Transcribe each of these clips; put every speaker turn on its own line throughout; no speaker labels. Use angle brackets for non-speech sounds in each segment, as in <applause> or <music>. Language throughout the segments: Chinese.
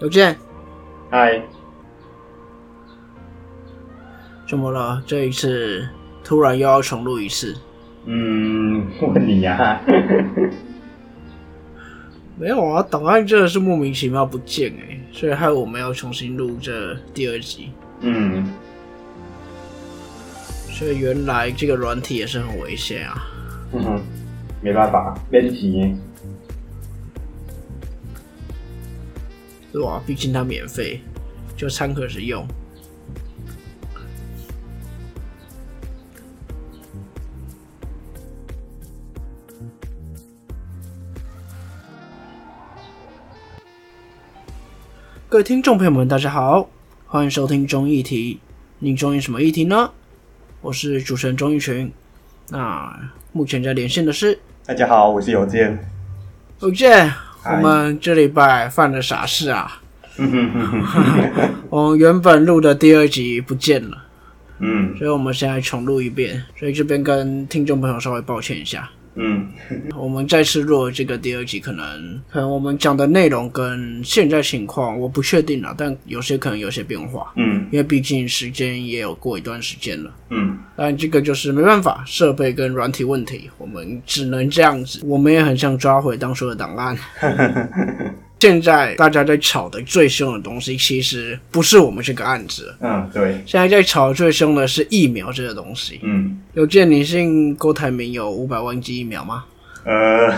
刘健，
嗨，
怎么了？这一次突然又要重录一次？
嗯，问你呀、
没有啊，档案真的是莫名其妙不见哎、所以害我们要重新录这第二集。
嗯，
所以原来这个软体也是很危险啊。
嗯哼，没办法，编辑，
对吧？毕竟它免费，就参考着用。各位听众朋友们，大家好，欢迎收听中议题。您中意什么议题呢？我是主持人钟义群。那目前在连线的是
大家好，我是邮件。
欧健。
嗨
我们这礼拜犯了傻事啊！
嗯哼哼哼，
我们哦原本录的第二集不见了，
嗯
所以我们现在重录一遍。所以这边跟听众朋友稍微抱歉一下，
嗯
我们再次录这个第二集，可能可能我们讲的内容跟现在情况我不确定了，但有些可能有些变化，
嗯
因为毕竟时间也有过一段时间了。
嗯
但这个就是没办法，设备跟软体问题，我们只能这样子。我们也很想抓回当初的档案。现在大家在吵的最凶的东西，其实不是我们这个案子，
嗯，对，
现在在吵最凶的是疫苗这个东西。
嗯
有见你信郭台铭有五百万剂疫苗吗？
呃，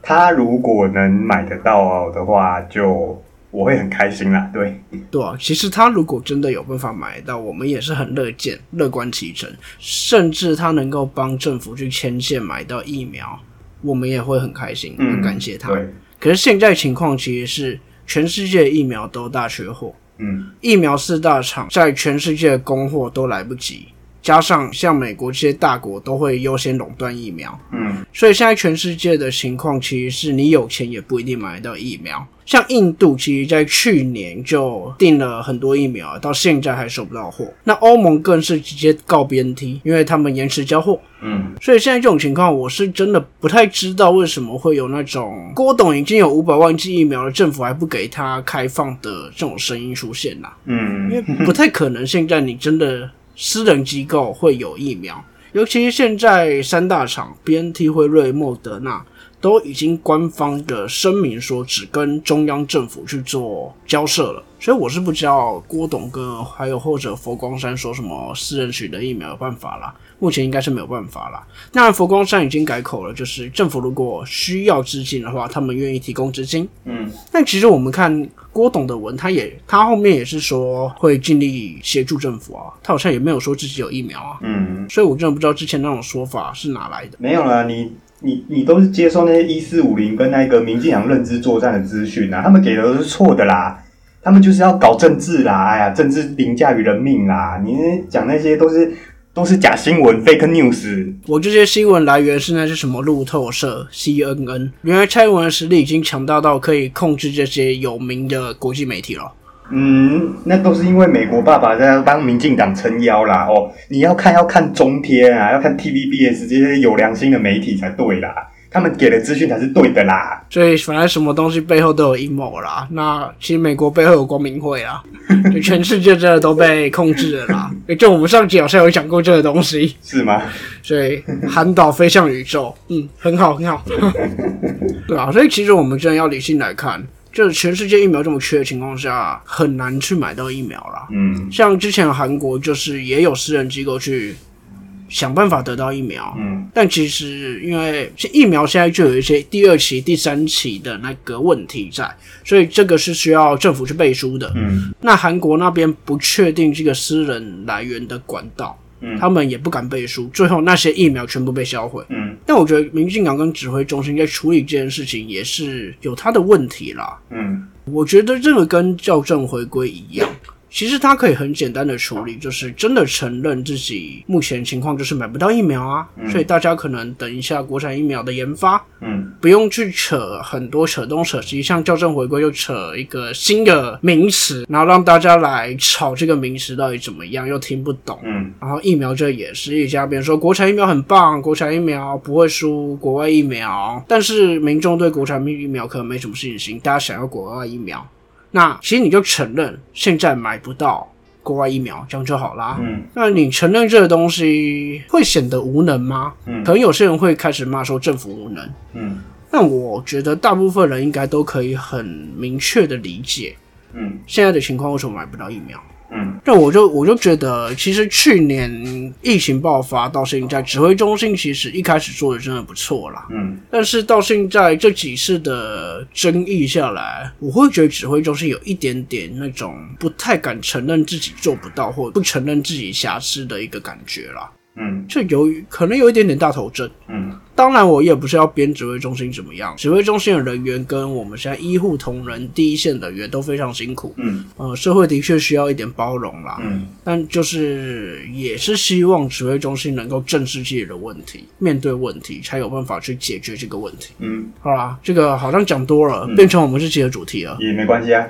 他如果能买得到的话，就我会很开心啦。对，
对啊，其实他如果真的有办法买到，我们也是很乐见、乐观其成，甚至他能够帮政府去牵线买到疫苗，我们也会很开心，
嗯
很感谢他。
对，
可是现在情况其实是全世界疫苗都大缺货，
嗯
疫苗四大厂在全世界供货都来不及，加上像美国这些大国都会优先垄断疫苗，
嗯
所以现在全世界的情况其实是你有钱也不一定买得到疫苗。像印度其实在去年就订了很多疫苗，到现在还收不到货。那欧盟更是直接告 BNT，因为他们延迟交货。
嗯
所以现在这种情况，我是真的不太知道为什么会有那种郭董已经有五百万剂疫苗了，政府还不给他开放的这种声音出现啦、因为
嗯
不太可能现在你真的私人机构会有疫苗，尤其是现在三大厂 B N T、辉瑞、莫德纳都已经官方的声明说只跟中央政府去做交涉了，所以我是不知道郭董跟还有或者佛光山说什么私人取得疫苗有办法啦，目前应该是没有办法啦。那佛光山已经改口了，就是政府如果需要资金的话，他们愿意提供资金。
嗯
但其实我们看郭董的文，他也他后面也是说会尽力协助政府啊，他好像也没有说自己有疫苗啊，
嗯，
所以我真的不知道之前那种说法是哪来的。
没有啦，你你你都是接收那些一四五零跟那个民进党认知作战的资讯啊，他们给的都是错的啦，他们就是要搞政治啦，哎呀，政治凌驾于人命啦，你那讲那些都是都是假新闻，fake news，
我这些新闻来源是那些什么路透社、CNN，原来蔡英文的实力已经强大到可以控制这些有名的国际媒体了。
嗯，那都是因为美国爸爸在帮民进党撑腰啦，哦，你要看要看中天啊，要看 TVBS 这些有良心的媒体才对啦，他们给的资讯才是对的啦，
所以反正什么东西背后都有阴谋啦。那其实美国背后有光明会啦，就全世界真的都被控制了啦。就我们上集好像有讲过这个东西。
是吗？
所以韩导飞向宇宙，嗯，很好，很好，对啊，所以其实我们真的要理性来看，就是全世界疫苗这么缺的情况下，很难去买到疫苗啦。
嗯
像之前韩国就是也有私人机构去想办法得到疫苗，
嗯
但其实因为是疫苗现在就有一些第二期、第三期的那个问题在，所以这个是需要政府去背书的。
嗯
那韩国那边不确定这个私人来源的管道，
嗯
他们也不敢背书，最后那些疫苗全部被销毁。
嗯
但我觉得民进党跟指挥中心在处理这件事情也是有他的问题啦。
嗯
我觉得这个跟校正回归一样，其实他可以很简单的处理，就是真的承认自己目前情况就是买不到疫苗啊，所以大家可能等一下国产疫苗的研发，
嗯
不用去扯很多扯东扯西，像校正回归就扯一个新的名词，然后让大家来吵这个名词到底怎么样，又听不懂。
嗯
然后疫苗这也是一家，别人说国产疫苗很棒，国产疫苗不会输国外疫苗，但是民众对国产疫苗可能没什么信心，大家想要国外疫苗，那其实你就承认现在买不到国外疫苗，这样就好啦。
嗯
那你承认这个东西会显得无能吗？
嗯
可能有些人会开始骂说政府无能，
嗯
但我觉得大部分人应该都可以很明确的理解
嗯
现在的情况为什么买不到疫苗。
嗯
那我就我就觉得，其实去年疫情爆发到现在，指挥中心其实一开始做的真的不错啦。
嗯
但是到现在这几次的争议下来，我会觉得指挥中心有一点点那种不太敢承认自己做不到，或不承认自己瑕疵的一个感觉啦。
嗯
这由于可能有一点点大头症。
嗯
当然，我也不是要编指挥中心怎么样，指挥中心的人员跟我们现在医护同仁、第一线人员都非常辛苦，
嗯
呃，社会的确需要一点包容啦。
嗯
但就是也是希望指挥中心能够正视自己的问题，面对问题，才有办法去解决这个问题。
嗯，
好啦，这个好像讲多了，变成我们这期的主题了。
也没关系啊。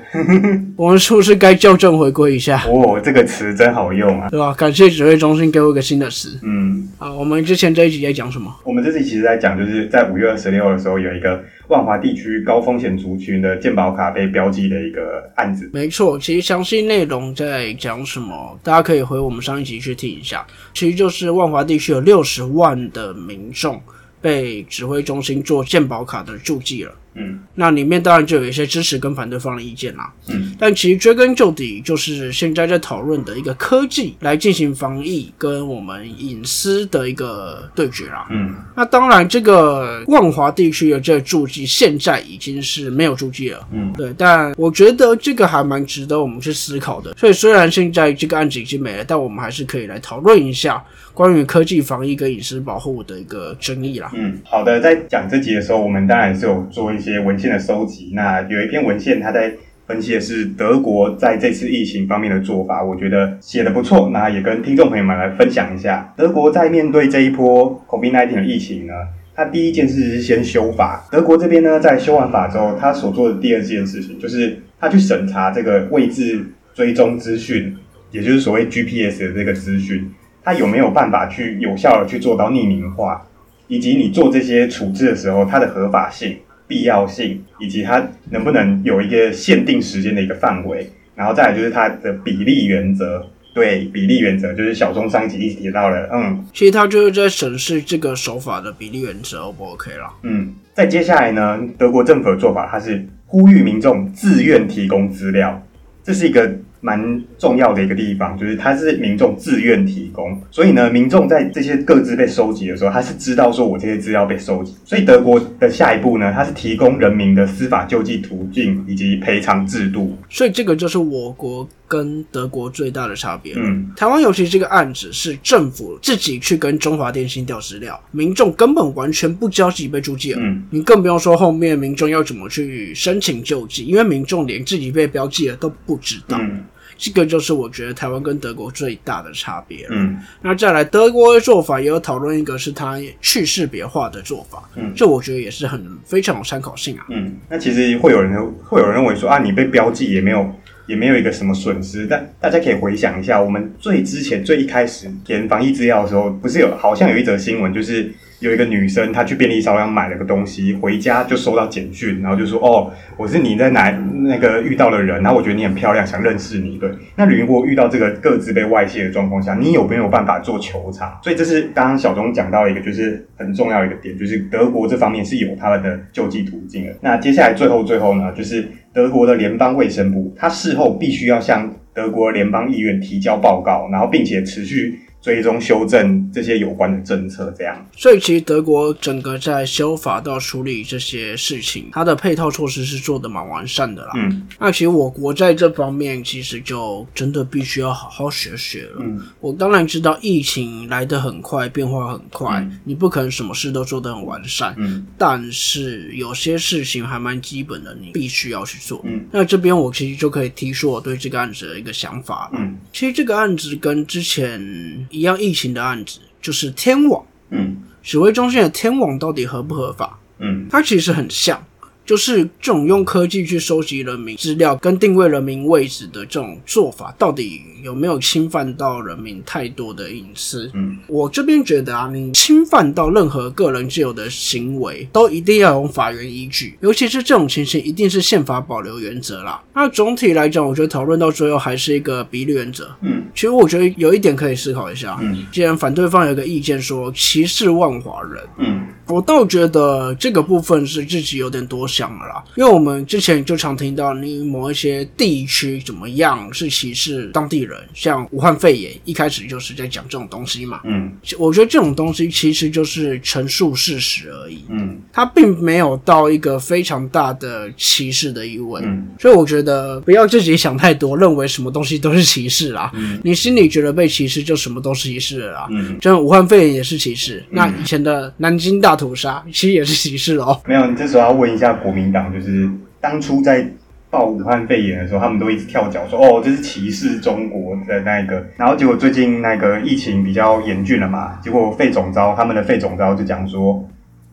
我们是不是该校正回归一下，
哦，这个词真好用啊。
对吧？感谢指挥中心给我一个新的词
嗯，
啊！我们之前这一集在讲什么？
我们这次其实在讲，就是在五月二十六的时候，有一个万华地区高风险族群的健保卡被标记的一个案子。
没错，其实详细内容在讲什么，大家可以回我们上一集去听一下。其实就是万华地区有六十万的民众被指挥中心做健保卡的注记了。
嗯
那里面当然就有一些支持跟反对方的意见啦。
嗯，
但其实追根究底，就是现在在讨论的一个科技来进行防疫跟我们隐私的一个对决啦。
嗯
那当然，这个万华地区的这个驻记现在已经是没有驻记了。
嗯
对，但我觉得这个还蛮值得我们去思考的。所以虽然现在这个案子已经没了，但我们还是可以来讨论一下关于科技防疫跟隐私保护的一个争议啦。
嗯，好的，在讲这集的时候，我们当然是有做一些文献的收集。那有一篇文献，它在分析的是德国在这次疫情方面的做法，我觉得写的不错。那也跟听众朋友们来分享一下，德国在面对这一波 COVID-19 的疫情呢，它第一件事是先修法。德国这边呢，在修完法之后，它所做的第二件事情就是它去审查这个位置追踪资讯，也就是所谓 GPS 的这个资讯，它有没有办法去有效的去做到匿名化。以及你做这些处置的时候，它的合法性、必要性，以及它能不能有一个限定时间的一个范围，然后再来就是它的比例原则。对比例原则，就是小钟上集一直提到了，嗯
其实他就是在审视这个手法的比例原则 O 不 OK 啦。
嗯。再接下来呢，德国政府的做法，它是呼吁民众自愿提供资料，这是一个蛮重要的一个地方，就是它是民众自愿提供，所以呢，民众在这些各自被收集的时候，他是知道说我这些资料被收集，所以德国的下一步呢，它是提供人民的司法救济途径以及赔偿制度。
所以这个就是我国跟德国最大的差别。
嗯
台湾尤其这个案子是政府自己去跟中华电信调资料，民众根本完全不知道自己被注记了。
嗯
你更不用说后面民众要怎么去申请救济，因为民众连自己被标记了都不知道。
嗯
这个就是我觉得台湾跟德国最大的差别了。
嗯
那再来，德国的做法也有讨论一个是它去识别化的做法，
嗯
这我觉得也是很非常有参考性啊。
嗯。那其实会有人会有人认为说啊，你被标记也没有。也没有一个什么损失，但大家可以回想一下，我们最之前最一开始填防疫资料的时候，不是有好像有一则新闻，就是有一个女生她去便利商店买了个东西，回家就收到简讯，然后就说哦，我是你在哪那个遇到的人，然后我觉得你很漂亮，想认识你。对，那如果遇到这个各自被外泄的状况下，你有没有办法做求偿？所以这是刚刚小钟讲到一个就是很重要一个点，就是德国这方面是有他们的救济途径的。那接下来最后最后呢，就是德国的联邦卫生部，它事后必须要向德国联邦议院提交报告，然后并且持续追踪修正这些有关的政策，这样。
所以其实德国整个在修法到处理这些事情，它的配套措施是做的蛮完善的啦。
嗯
那其实我国在这方面其实就真的必须要好好学学了。
嗯
我当然知道疫情来得很快，变化很快，
嗯
你不可能什么事都做得很完善。
嗯
但是有些事情还蛮基本的，你必须要去做。
嗯
那这边我其实就可以提出我对这个案子的一个想法了。
嗯
其实这个案子跟之前一样疫情的案子，就是天网
嗯
指挥中心的天网到底合不合法？
嗯
它其实很像，就是这种用科技去收集人民资料跟定位人民位置的这种做法，到底有没有侵犯到人民太多的隐私？
嗯，
我这边觉得啊，你侵犯到任何个人自由的行为，都一定要有法源依据，尤其是这种情形，一定是宪法保留原则啦。那总体来讲，我觉得讨论到最后还是一个比率原则。
嗯，
其实我觉得有一点可以思考一下。
嗯，
既然反对方有个意见说歧视万华人。
嗯
我倒觉得这个部分是自己有点多想了啦，因为我们之前就常听到你某一些地区怎么样是歧视当地人，像武汉肺炎一开始就是在讲这种东西嘛。
嗯
我觉得这种东西其实就是陈述事实而已，
嗯
它并没有到一个非常大的歧视的意味。
嗯
所以我觉得不要自己想太多，认为什么东西都是歧视啦。
嗯
你心里觉得被歧视，就什么都是歧视了啦。
嗯，
像武汉肺炎也是歧视，那以前的南京大屠杀其实也是歧视哦。
没有，你这时候要问一下国民党，就是当初在报武汉肺炎的时候，他们都一直跳脚说哦，这是歧视中国的那一个，然后结果最近那个疫情比较严峻了嘛，结果费总招他们的费总招就讲说，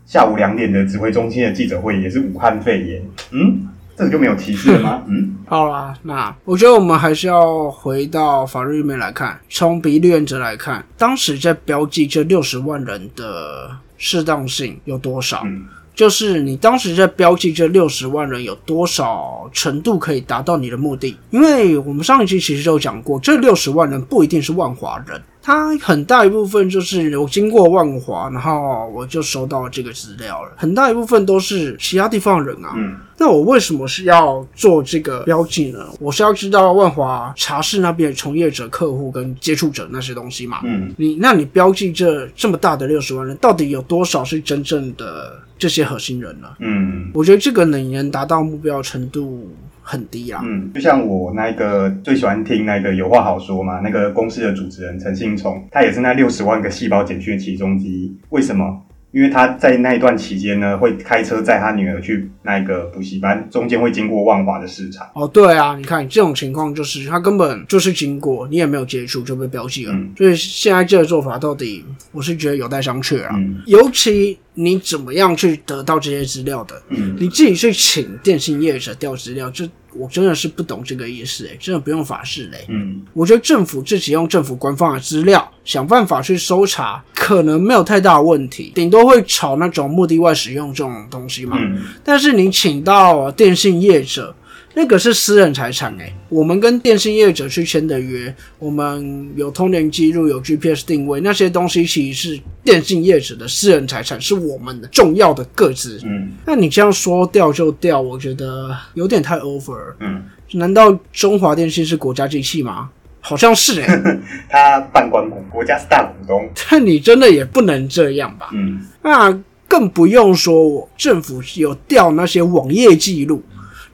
下午两点的指挥中心的记者会也是武汉肺炎，嗯，这个就没有歧视了吗？嗯
好啦，那我觉得我们还是要回到法律面来看，从比例原则来看，当时在标记这六十万人的适当性有多少？
嗯
就是你当时在标记这六十万人有多少程度可以达到你的目的？因为我们上一期其实就讲过，这六十万人不一定是万华人，他很大一部分就是我经过万华，然后我就收到这个资料了，很大一部分都是其他地方的人啊。
嗯
那我为什么是要做这个标记呢？我是要知道万华茶室那边的从业者、客户跟接触者那些东西嘛。
嗯
你那你标记这这么大的六十万人，到底有多少是真正的这些核心人呢？
嗯
我觉得这个你能达到目标程度很低啊。
嗯，就像我那个最喜欢听那个有话好说嘛，那个公司的主持人陈信聪，他也是那六十万个细胞简讯的其中之一。为什么？因为他在那一段期间呢，会开车载他女儿去那个补习班，中间会经过万华的市场。
哦，对啊，你看这种情况就是他根本就是经过，你也没有接触就被标记了，
嗯
所以现在这个做法到底，我是觉得有待商榷啊。
嗯
尤其你怎么样去得到这些资料的，
嗯
你自己去请电信业者调资料，这我真的是不懂这个意思、欸，真的不用法式嘞、
嗯
我觉得政府自己用政府官方的资料想办法去搜查，可能没有太大的问题，顶多会炒那种目的外使用这种东西嘛。
嗯
但是你请到电信业者，那个是私人财产诶、我们跟电信业者去签的约，我们有通联记录、有 GPS 定位那些东西，其实是电信业者的私人财产，是我们的重要的个资。
嗯
那你这样说掉就掉，我觉得有点太 over 了。
嗯，
难道中华电信是国家机器吗？好像是诶、
他办关股，国家是大股东。
<laughs> 但你真的也不能这样吧？
嗯
那更不用说我政府有调那些网页记录，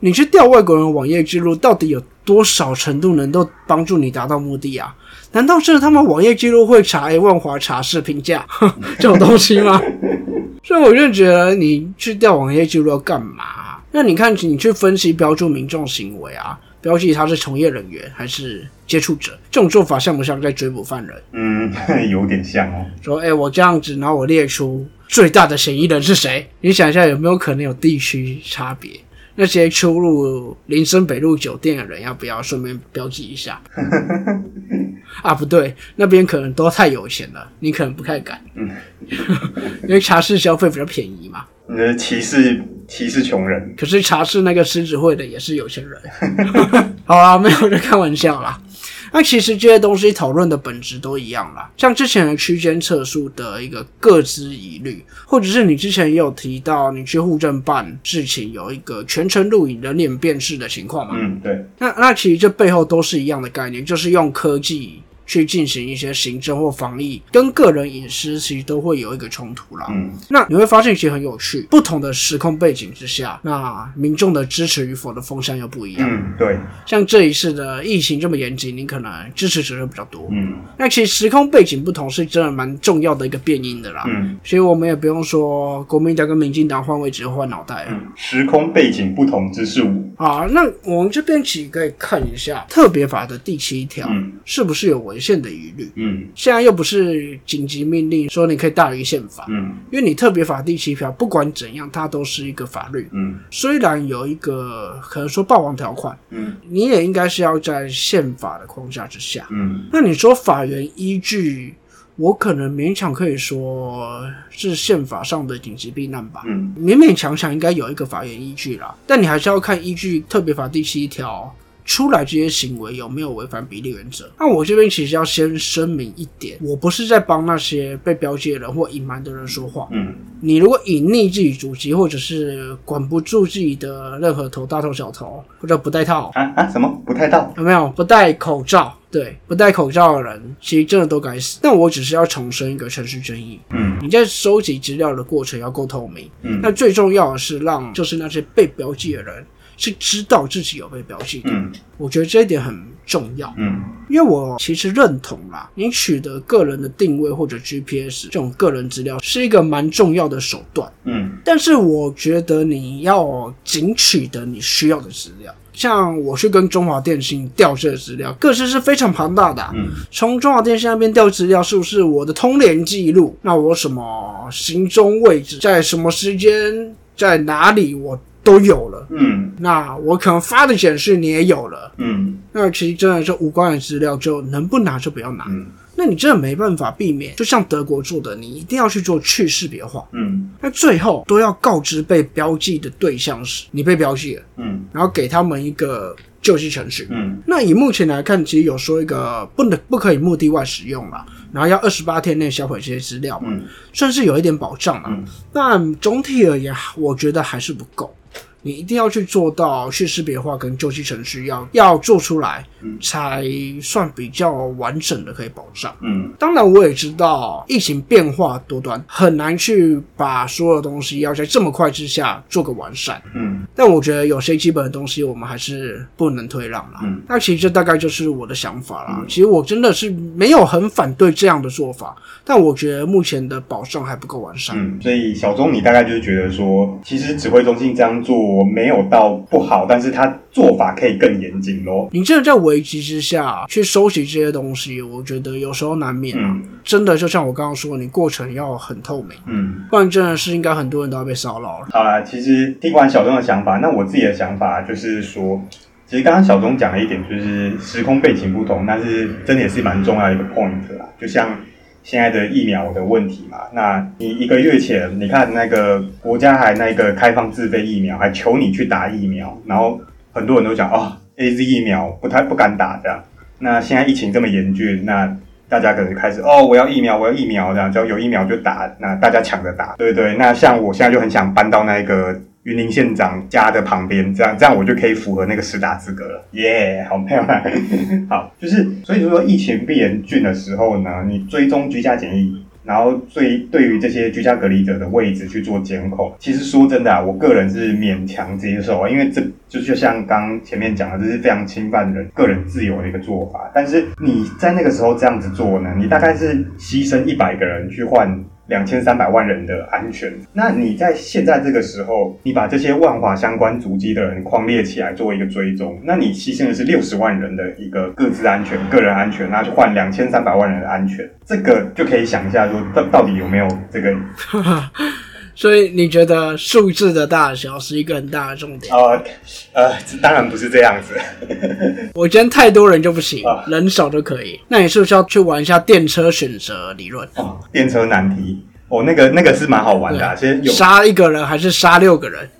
你去调外国人网页记录，到底有多少程度能够帮助你达到目的啊？难道是他们网页记录会查诶万华茶室评价 <laughs> 这种东西吗？ <laughs> 所以我就觉得你去调网页记录要干嘛啊、那你看，你去分析标注民众行为啊，标记他是从业人员还是接触者，这种做法像不像在追捕犯人？
嗯， <laughs> 有点像哦。
说，哎、我这样子，然后我列出最大的嫌疑人是谁？你想一下，有没有可能有地区差别？那些出入林森北路酒店的人，要不要顺便标记一下？啊，不对，那边可能都太有钱了，你可能不太敢，
嗯
<laughs> 因为茶室消费比较便宜嘛。
你的呃歧视歧视穷人。
可是茶室那个狮子会的也是有钱人。 <laughs> 好啦，没有在开玩笑啦。那其实这些东西讨论的本质都一样啦，像之前的区间测速的一个各自疑虑，或者是你之前也有提到，你去户政办事情有一个全程录影人脸辨识的情况嘛？
嗯，对，
那那其实这背后都是一样的概念，就是用科技去进行一些行政或防疫，跟个人隐私其实都会有一个冲突啦。
嗯
那你会发现其实很有趣，不同的时空背景之下，那民众的支持与否的风向又不一样。
嗯对，
像这一次的疫情这么严谨，你可能支持者就比较多。
嗯
那其实时空背景不同是真的蛮重要的一个变因的啦。
嗯。
所以我们也不用说国民党跟民进党换位置换脑袋了。啊
嗯，时空背景不同之事物。
好，那我们这边其实可以看一下特别法的第七条、
嗯
是不是有违限的疑虑。
嗯
现在又不是紧急命令说你可以大于宪法，
嗯
因为你特别法第七条，不管怎样，它都是一个法律。
嗯
虽然有一个可能说霸王条款，
嗯
你也应该是要在宪法的框架之下。
嗯
那你说法源依据，我可能勉强可以说是宪法上的紧急避难吧，
嗯
勉勉强强应该有一个法源依据啦。但你还是要看依据特别法第七条出来这些行为有没有违反比例原则。那我这边其实要先声明一点，我不是在帮那些被标记的人或隐瞒的人说话。
嗯
你如果隐匿自己祖籍，或者是管不住自己的任何头大头小头，或者不戴套，
啊啊什么不太到？
有没有不戴口罩？对，不戴口罩的人其实真的都该死。但我只是要重申一个程序正义，
嗯
你在收集资料的过程要够透明。
嗯
那最重要的是让就是那些被标记的人是知道自己有被标记的，
嗯
我觉得这一点很重要。
嗯
因为我其实认同啦，你取得个人的定位或者 GPS 这种个人资料是一个蛮重要的手段。
嗯
但是我觉得你要仅取得你需要的资料。像我去跟中华电信调这个资料，各自是非常庞大的啊、
嗯
从中华电信那边调资料，是不是我的通联记录？那我什么行踪位置，在什么时间，在哪里，我都有了。
嗯
那我可能发的简讯你也有了。
嗯
那其实真的是无关的资料，就能不拿就不要拿。
嗯
那你真的没办法避免，就像德国做的，你一定要去做去识别化。
嗯
那最后都要告知被标记的对象是你被标记了，
嗯
然后给他们一个救济程序。
嗯
那以目前来看，其实有说一个不能不可以目的外使用啦，然后要二十八天内销毁这些资料嘛，
嗯
算是有一点保障啦。
嗯
但总体而言，我觉得还是不够。你一定要去做到去识别化跟救济程序要要做出来
嗯，
才算比较完整的可以保障。
嗯
当然，我也知道疫情变化多端，很难去把所有东西要在这么快之下做个完善。
嗯
但我觉得有些基本的东西，我们还是不能推让啦。
嗯
那其实这大概就是我的想法啦。
嗯
其实我真的是没有很反对这样的做法，但我觉得目前的保障还不够完善。
嗯，所以小钟，你大概就是觉得说，其实指挥中心这样做没有到不好，但是他做法可以更严谨咯。
你真的在危机之下去收集这些东西，我觉得有时候难免啊。
嗯
真的就像我刚刚说，你过程要很透明，
嗯。
不然真的是应该很多人都要被骚扰了。
好啦，其实听完小钟的想法，那我自己的想法就是说，其实刚刚小钟讲了一点，就是时空背景不同，但是真的也是蛮重要的一个 point 啦。就像现在的疫苗的问题嘛，那你一个月前，你看那个国家还那个开放自费疫苗，还求你去打疫苗，然后很多人都讲哦，A Z 疫苗不太不敢打这样。那现在疫情这么严峻，那大家可能开始哦，我要疫苗，我要疫苗，这样只要有疫苗就打，那大家抢着打，对对。那像我现在就很想搬到那个云林县长家的旁边，这样这样我就可以符合那个实打资格了，耶、好漂亮。 <laughs> 好，就是所以说疫情变严峻的时候呢，你追踪居家检疫。然后最对于这些居家隔离者的位置去做监控，其实说真的啊，我个人是勉强接受啊，因为这就就像刚前面讲的，这是非常侵犯人个人自由的一个做法。但是你在那个时候这样子做呢，你大概是牺牲一百个人去换两千三百万人的安全。那你在现在这个时候，你把这些万华相关足迹的人框列起来做一个追踪，那你牺牲的是六十万人的一个各自安全、个人安全，那去换两千三百万人的安全，这个就可以想一下说，到到底有没有这个
所以你觉得数字的大小是一个很大的重点？
呃呃，这当然不是这样子。
我今天太多人就不行
嗯啊，
人少就可以。那你是不是要去玩一下电车选择理论？
哦，电车难题，哦，那个那个是蛮好玩的、啊，其实有
杀一个人还是杀六个人？ <laughs>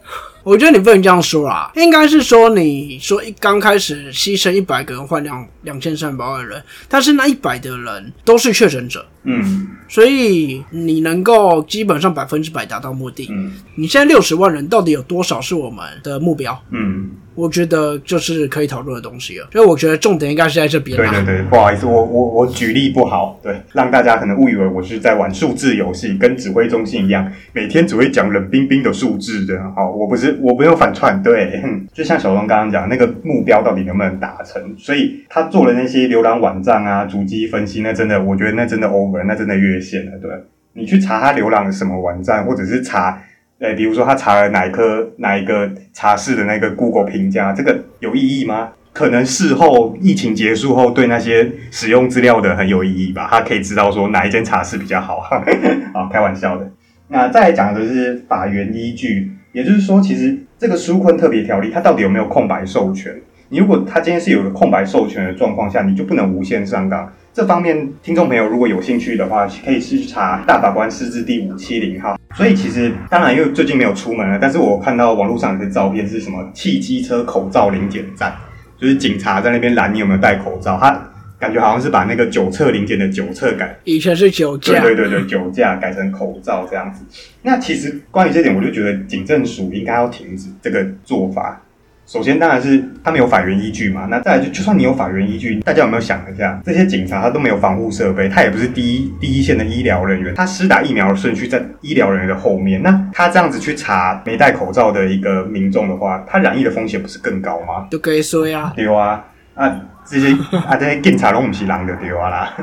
我觉得你不能这样说啦，应该是说你说一刚开始牺牲一百个人换两两千三百万人，但是那一百的人都是确诊者，
嗯
所以你能够基本上百分之百达到目的。
嗯
你现在六十万人到底有多少是我们的目标？
嗯，
我觉得就是可以讨论的东西了，所以我觉得重点应该是在这边啊
对对
啦。
对，不好意思，我我我举例不好，对，让大家可能误以为我是在玩数字游戏，跟指挥中心一样，每天只会讲冷冰冰的数字的。好，我不是我没有反串，对，哼就像小龙刚刚讲，那个目标到底能不能达成？所以他做了那些浏览网站啊、主机分析，那真的，我觉得那真的 over，那真的越线了，对。你去查他浏览什么网站，或者是查，呃，比如说他查了哪一科哪一个茶室的那个 Google 评价，这个有意义吗？可能事后疫情结束后，对那些使用资料的很有意义吧。他可以知道说哪一间茶室比较好。 <laughs> 啊，开玩笑的。那再来讲的是法源依据，也就是说，其实这个纾困特别条例它到底有没有空白授权？你如果它今天是有一个空白授权的状况下，你就不能无限上纲。这方面，听众朋友如果有兴趣的话，可以去查大法官释字第五七零号。所以其实当然，因为最近没有出门了，但是我看到网络上有些照片是什么汽机车口罩零检站，就是警察在那边拦你有没有戴口罩，他感觉好像是把那个酒测零检的酒测改
以前是酒驾，
对对对对，酒驾改成口罩这样子。那其实关于这点，我就觉得警政署应该要停止这个做法。首先，当然是他们有法源依据嘛。那再来就，就算你有法源依据，大家有没有想一下，这些警察他都没有防护设备，他也不是第一第一线的医疗人员，他施打疫苗的顺序在医疗人员的后面。那他这样子去查没戴口罩的一个民众的话，他染疫的风险不是更高吗？
就可以说呀，
对啊，啊这些啊这些警察拢不是人的对啊啦。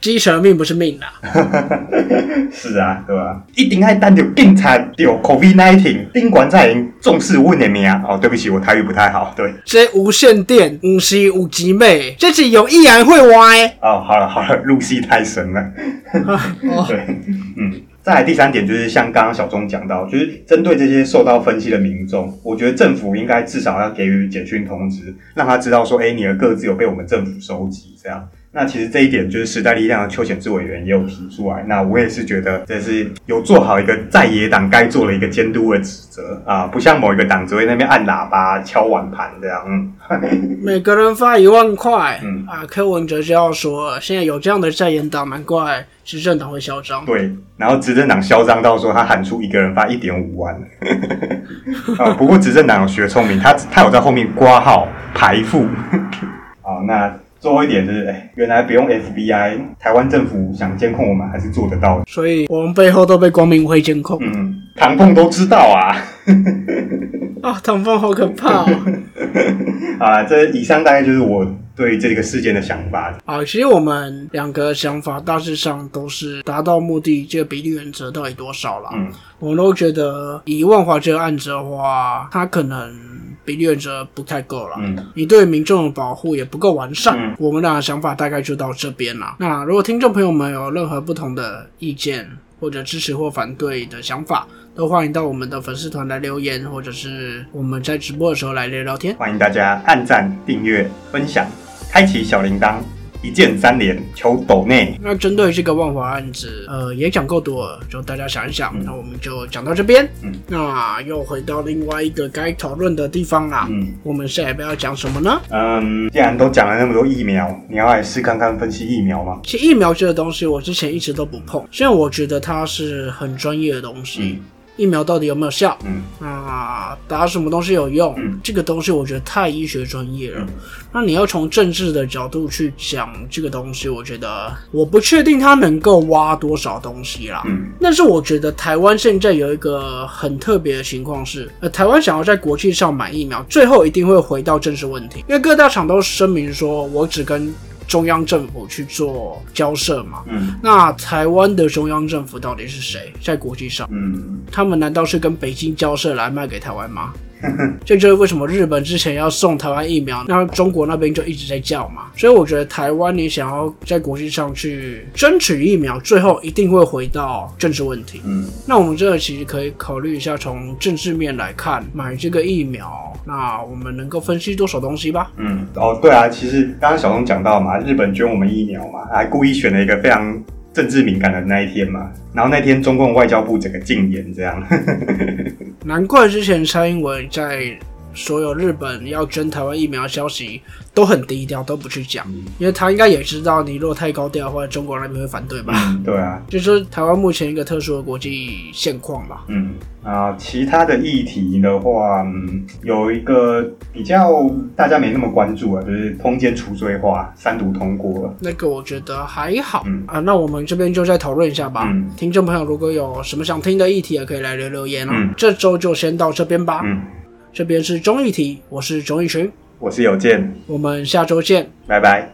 鸡舍命不是命啊，
是啊，对吧、一定爱担着警察着 COVID nineteen，顶管才会重视阮的命。哦，对不起，我台语不太好。对，
这无线电不是有集妹，这是有易然会歪。
哦，好了好了，入戏太深了。
哦，
对，嗯。再来第三点就是像刚刚小钟讲到，就是针对这些受到分析的民众，我觉得政府应该至少要给予简讯通知，让他知道说，哎、你的个资有被我们政府收集这样。那其实这一点就是时代力量的邱显志委员也有提出来，那我也是觉得这是有做好一个在野党该做的一个监督的职责啊，不像某一个党只会在那边按喇叭、敲碗盘这样。嗯
每个人发一万块，
嗯
啊，柯文哲就要说，现在有这样的在野党，难怪执政党会嚣张。
对，然后执政党嚣张到说他喊出一个人发一点五万，啊，不过执政党有学聪明，他他有在后面挂号排付。好，那最后一点就是，哎，原来不用 FBI，台湾政府想监控我们还是做得到的。
所以我们背后都被光明会监控
嗯，唐凤都知道啊。 <laughs>
啊！唐凤好可怕哦！ <laughs>
啊，这以上大概就是我对这个事件的想法。
啊，其实我们两个想法大致上都是达到目的，这个比例原则到底多少啦？
嗯，
我都觉得以万华这个案子的话，它可能比例原则不太够了。
嗯，
你对民众的保护也不够完善，
嗯
我们俩的想法大概就到这边啦。那如果听众朋友们有任何不同的意见，或者支持或反对的想法，都欢迎到我们的粉丝团来留言，或者是我们在直播的时候来聊聊天。
欢迎大家按赞、订阅、分享，开启小铃铛，一键三连，求抖内。
那针对这个万华案子，呃，也讲够多了，就大家想一想。
嗯
那我们就讲到这边，
嗯
那又回到另外一个该讨论的地方啦。
嗯。
我们下一步要讲什么呢？
嗯，既然都讲了那么多疫苗，你要来试看看分析疫苗吗？
其实疫苗这个东西，我之前一直都不碰，虽然我觉得它是很专业的东西。
嗯
疫苗到底有没有效？
嗯
啊，打什么东西有用？
嗯
这个东西我觉得太医学专业了。
嗯
那你要从政治的角度去讲这个东西，我觉得我不确定它能够挖多少东西啦。
嗯
但是我觉得台湾现在有一个很特别的情况是，呃，台湾想要在国际上买疫苗，最后一定会回到政治问题，因为各大厂都声明说，我只跟中央政府去做交涉嘛。
嗯
那台湾的中央政府到底是谁？在国际上，
嗯
他们难道是跟北京交涉来卖给台湾吗？这就是为什么日本之前要送台湾疫苗，那中国那边就一直在叫嘛。所以我觉得台湾你想要在国际上去争取疫苗，最后一定会回到政治问题。
嗯
那我们这个其实可以考虑一下，从政治面来看，买这个疫苗，那我们能够分析多少东西吧？
嗯。哦，对啊，其实刚刚小东讲到嘛，日本捐我们疫苗嘛，还故意选了一个非常政治敏感的那一天嘛，然后那天中共外交部整个禁言这样。
难怪之前蔡英文在所有日本要捐台湾疫苗的消息都很低调，都不去讲，
嗯
因为他应该也知道，你如果太高调的话，中国那边会反对吧。
对啊，
这就是台湾目前一个特殊的国际现况吧。
嗯啊，其他的议题的话，嗯，有一个比较大家没那么关注啊，就是通奸除罪化三读通过了。
那个我觉得还好、
嗯
啊，那我们这边就再讨论一下吧。
嗯
听众朋友如果有什么想听的议题，也可以来留留言哦。
嗯
这周就先到这边吧。
嗯，
这边是综艺题，我是综艺群，
我是有健，
我们下周见。
拜拜。